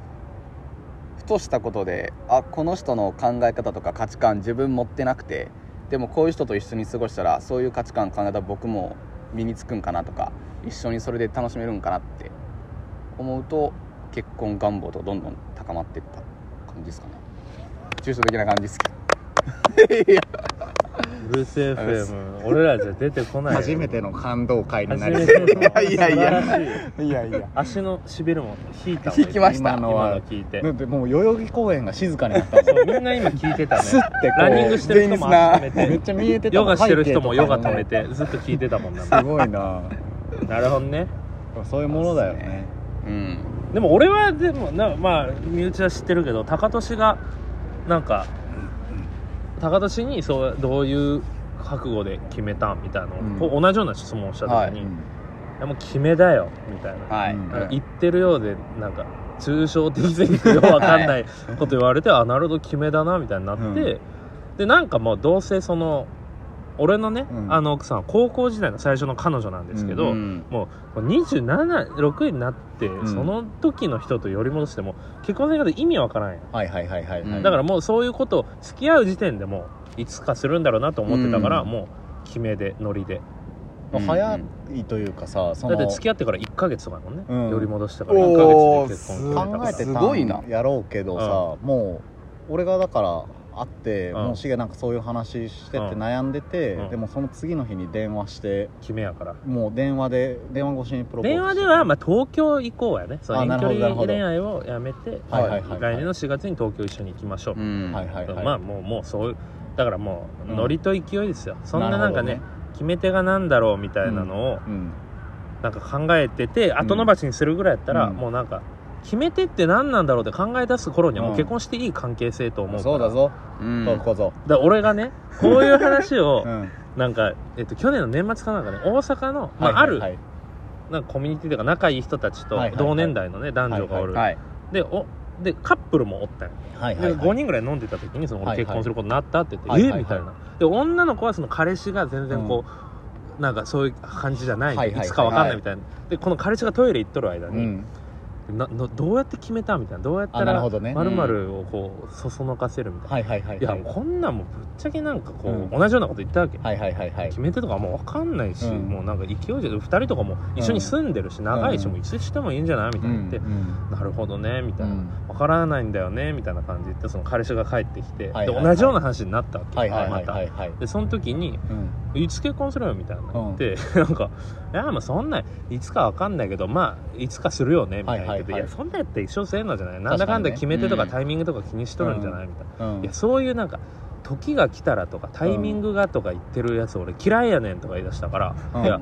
C: ふとしたことであこの人の考え方とか価値観自分持ってなくてでもこういう人と一緒に過ごしたらそういう価値観考えたら僕も身につくんかなとか一緒にそれで楽しめるんかなって思うと結婚願望とどんどん高まっていった感じですかね抽象的な感じですけどいや
B: うるせえ FM 俺らじゃ出てこないよ
A: 初めての感動会に
B: 初
A: な
B: め
A: り
B: ての
C: いやい
B: 素
C: や
B: 晴らしい
C: いやいや
B: 足のしびれも引いたわ
C: 引きました
B: 今のは聞いて
A: だってもう代々木公園が静かになった
B: そうみんな今聞いてたね
A: スッてこう
B: ランニングしてる人も足止
A: め
B: め
A: ってちゃ見えてた
B: ヨガしてる人もヨガ止め
A: て
B: てずっと聞いてたもん な
A: すごいな
B: なるほどね
A: そういうものだよね
C: うん
B: でも俺はでもなまあ身内は知ってるけど高俊がなんか高俊にそうどういう覚悟で決めたみたいなのを
A: うん、
B: こう同じような質問をした時に「いやもう決めだよ」みたいな,、
C: はい、
A: うん
B: なんか言ってるようでなんか抽象的すぎてよくわかんないこと言われて、あなるほど決めだなみたいになって、
A: うん
B: でなんかもうどうせその俺のね、
A: うん
B: あの奥さんは高校時代の最初の彼女なんですけど、
C: うん
B: 276になって、
A: ん
B: その時の人とより戻しても結婚生活意味わからんやん
A: はいはいはいはい、
C: うん
B: だからもうそういうこと付き合う時点でもういつかするんだろうなと思ってたから、
A: うん
B: もう決めでノリで
A: ら早いというかさそ
B: だ
A: の
B: って付き合ってから1ヶ月とかやもんね、
A: うん
B: より戻してから1ヶ月で結婚
C: お
B: 決め
A: 考
B: た
A: え
B: か
A: て
B: ら
A: たん
C: すごいな
A: やろうけどさ、もう俺がだから会って、
B: うん
A: もうしげなんかそういう話してって
B: うん
A: 悩んでて、
B: うん
A: でもその次の日に電話して
B: 決めやから
A: もう電話で電話越しにプロポーズ
B: 電話ではまあ東京行こうやねその
A: あ
B: 遠
A: なる
B: 距
A: ほどなる
B: 離
A: ほど
B: 恋愛をやめて、
A: はいはいはいはい
B: 来年の4月に東京一緒に行きましょう、
C: うん
A: はいはいはい
B: まあもうもうそういうだからもう
A: うん
B: ノリと勢いですよ、そんななんかね
A: るほど
B: 決め手がなんだろうみたいなのを
A: うん
B: なんか考えてて後延ばしにするぐらいやったら、
A: うん
B: もうなんか決め手って何なんだろうって考え出す頃にはもう結婚していい関係性と思うから、
A: そうだぞ、
C: うん
A: そうこそ、
B: だから俺が ねこういう話を
A: うん
B: なんか、えっと、去年の年末かなんかね大阪の、ま
A: はい
B: あ、ある
A: はいはい
B: なんかコミュニティというか仲いい人たちと
A: はいはいはい
B: 同年代のね男女がおる、
C: はい
B: でおでカップルもおったんよ
A: はいはいは
B: で
A: い
B: 5人ぐらい飲んでた時にその
A: はいは
B: 俺
A: い
B: 結婚することになったって言って「
A: はいはい
B: えみたいなで女の子はその彼氏が全然こう、なんかそういう感じじゃない、
A: はいいはいはい
B: つかわかんないみたいな、でこの彼氏がトイレ行っとる間
A: う
B: に、
A: ん
B: なのどうやって決めたみたいなどうやった
A: あなる
B: ら
A: ほどね
B: まるをこうそそのかせるみたいな、
A: はいはいはい
B: いや
A: はい
B: こんなんもうぶっちゃけなんかこう、
A: うん
B: 同じようなこと言ったわけ、
A: はいはいはいはい
B: 決め手とかもう分かんないし、
A: うん
B: もうなんか勢いじゃ2人とかも一緒に住んでるし、長いし
A: うん
B: もう一緒にしてもいいんじゃないみたいな言って、
A: うん
B: なるほどねみた
A: う
B: いな、
A: ん
B: わからないんだよねみたいな感じで言ってその彼氏が帰ってきて、
A: はいはいはい
B: で同じような話になったわけ、
A: はいはいはい
B: ま
A: は
B: た
A: いはい
B: でその時に
A: うん
B: いつ結婚するよみたいな
A: うん
B: 言って、 なんか「いやまあそんなんいつかわかんないけどまあいつかするよね」みたいな言ってて
A: はいはいはい
B: やそんなんやって一生せんのじゃない
A: か
B: な
A: にね
B: んだかんだ決め手と
C: う
B: か
C: ん
B: タイミングとか気にしとるんじゃない?」みたいな。
A: うん
B: いやそういうなんか時が来たらとかタイミングがとか言ってるやつ俺嫌いやねんとか言い出したから、
A: うん
B: いや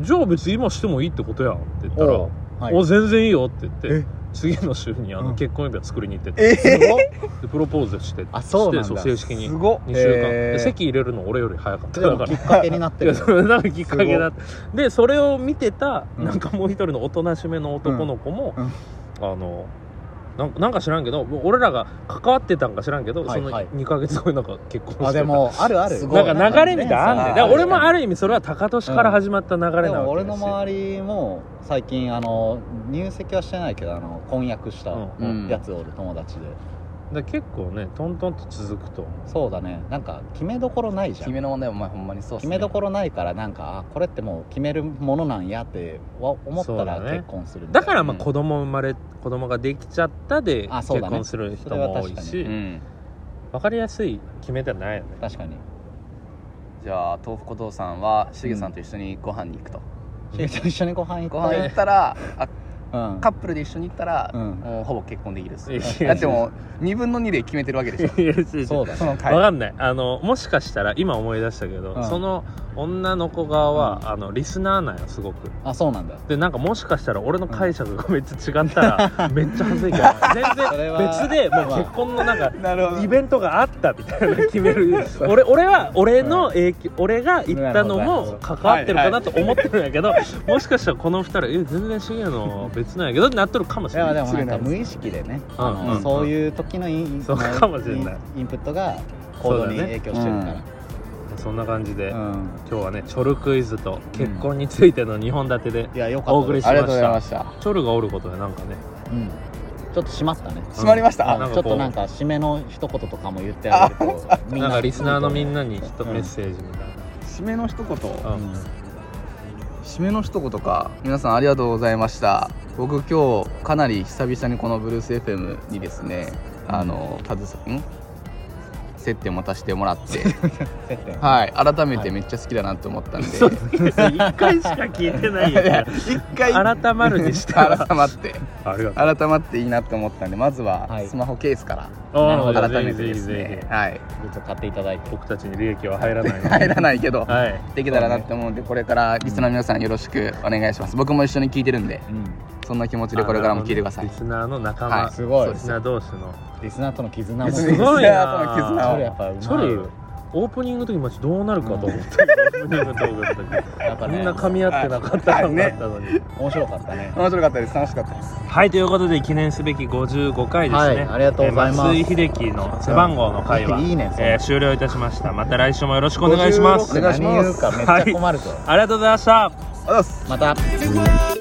B: じゃあ別に今してもいいってことやんって言ったら「お,、
A: はい
B: 全然いいよ」って言っ
A: え
B: て次の週にあ
A: う
B: の
A: ん
B: 結婚指輪作りに行ってて、
C: え
A: すごっ
B: でプロポーズして
A: あそうなんだ
B: して正式に
C: すごっ
B: 2週間、
A: へー
B: で席入れるの俺より早かった
A: で
B: だ
A: も
B: か
A: き
B: ら
A: っ。かけになって
B: い
A: る
B: やそれなんかきっかけだってでそれを見てた
A: うん
B: なんかもう一人のおとなしめの男の子も、
A: うんうん
B: あのなんなんか知らんけどもう俺らが関わってたんか知らんけど、
A: はいはい
B: その2ヶ月後になんか結婚してた
A: あでもあるある
C: すごい
B: なんか流れみたいなのあんねんだから俺もあ
A: る
B: る意味それは高俊から始まった流れなわけ
A: でも俺
B: です
A: の
B: よ
A: 周りも最近あの入籍はしてないけどあの婚約した
B: うんうん
C: うん
A: やつおる友達で
B: で結構ねトントンと続くと思
A: そうだねなんか決めどころないじゃ
C: 決
A: ん
C: めの問題お前ほんまにそうっす
A: 決
C: ね
A: めどころないからなんかあこれってもう決めるものなんやってわ思ったら
B: そうだね
A: 結婚する
B: う
A: みたいな
B: だからま
C: う
B: あ
C: ん
B: 子供生まれ子供ができちゃったで
A: あそ
B: 結
A: うだね
B: 婚する人も多い
A: それ
B: し、
A: は
C: うん
B: 分かりやすい決め手はないよね
A: 確かに
C: じゃあ豆腐小僧さんはしげさんと一緒にご飯に行くと、
A: しげちゃん一緒にご飯
C: ご
A: 行っ
C: 飯行ったらあ
A: たうん
C: カップルで一緒に行ったら、
A: うん
C: もうほぼ結婚できるっす
B: いや
C: だってもう2分の2で決めてるわけでしょ
B: いや違う違う
A: そうだ
C: そ
A: ね
C: の
B: わ
C: 回
B: かんないあのもしかしたら今思い出したけど、
A: うん
B: その女の子側は、あのリスナーなんよすごく
A: あそうなんだ
B: でなんかもしかしたら俺の解釈がめっちゃ違った ら、めっちゃ恥ずいけど全
A: それ
B: 然
A: は
B: 別でも
A: まあ
B: う結婚のなんか
C: なる
B: イベントがあったみたいなの決める俺俺は俺の影響、俺が行ったのも関わってるかなと思ってるんやけど、もしかしたらこの二人え全然シゲの別なんやけどってなっとるかもし
A: い
B: れな
A: や
B: い
A: でもなんか無意識でね
B: うん
A: あの
B: うん
A: そういう時のイン
B: そうかもしれない
A: インプットが行動に影響してるか
B: そんな感じで、
A: らうん
B: 今日はねチョルクイズと結婚についての2本立てで
A: いやよか
B: お
A: った
B: 送
A: で
B: り
A: す
B: し
C: あ
B: ま
C: りが
B: し
C: とうござい
B: た
C: ました
B: チョルがおることでなんかね
A: うんちょっとしまったね
C: 閉まりました、
B: うん
A: あ
B: なんか
A: ちょ
B: こう
A: っとなんか締めの一言とかも言ってあげるとみ
B: なんかリスナーのみんなにきっと
A: うん
B: メッセージみたい
C: 締めの一言
B: な、うん
A: うん
C: 締めの一言か皆さんありがとうございました僕今日かなり久々にこのブルース FM にですねあの携わん接点持たせてもらって
A: 接点
C: はい改めてめっちゃ好きだなって思ったんで、
B: そう1回しか聞いてない
C: いや
B: や
C: 一回
B: 改まるに したら
C: 改まって
B: ありがと
C: 改まっていいなって思ったんでまず
A: は
C: はいスマホケースから、
B: う
A: なるほど
B: あー
C: 改めて
B: ぜひ
C: で
B: ぜひ
C: す
B: ぜ
C: ね
B: ひ
C: はい
A: ずっと買っていただいて
B: 僕たちに利益は入らないので
C: 入らないけど
B: はい
C: できたらなって思うんでこれからリスナーの皆さんよろしくお願いします僕も一緒に聞いてるんで
A: うん
C: そんな気持ちでこれからも聞いてください
B: リスナーの仲間、
C: はい
A: すごい
B: リスナー同士の
A: リスナーとの絆も
C: リ
B: い
C: ス
B: すごい
C: ナーとの
B: な
C: 絆
A: そ
C: を
A: れやっぱうまい
B: チョルオープニングの時マジどうなるかと思って、オープニングトークの時
A: やっぱ
B: み
A: ね
B: んな噛み合ってなかった
C: はい
B: 感があったのに、
A: 面白かったね
C: 面白かったです楽しかったです
B: はいということで記念すべき55回ですね、
A: はいありがとうございます
B: えー松井秀喜の背番号の回は、
A: いいねそれ
B: えー終了いたしましたまた来週もよろしくお願いします
C: お願いしま
A: 何
C: す
A: 言うかめっちゃ困るぞ
B: ありがとうございました
C: ありがとうございます
A: また
D: the world.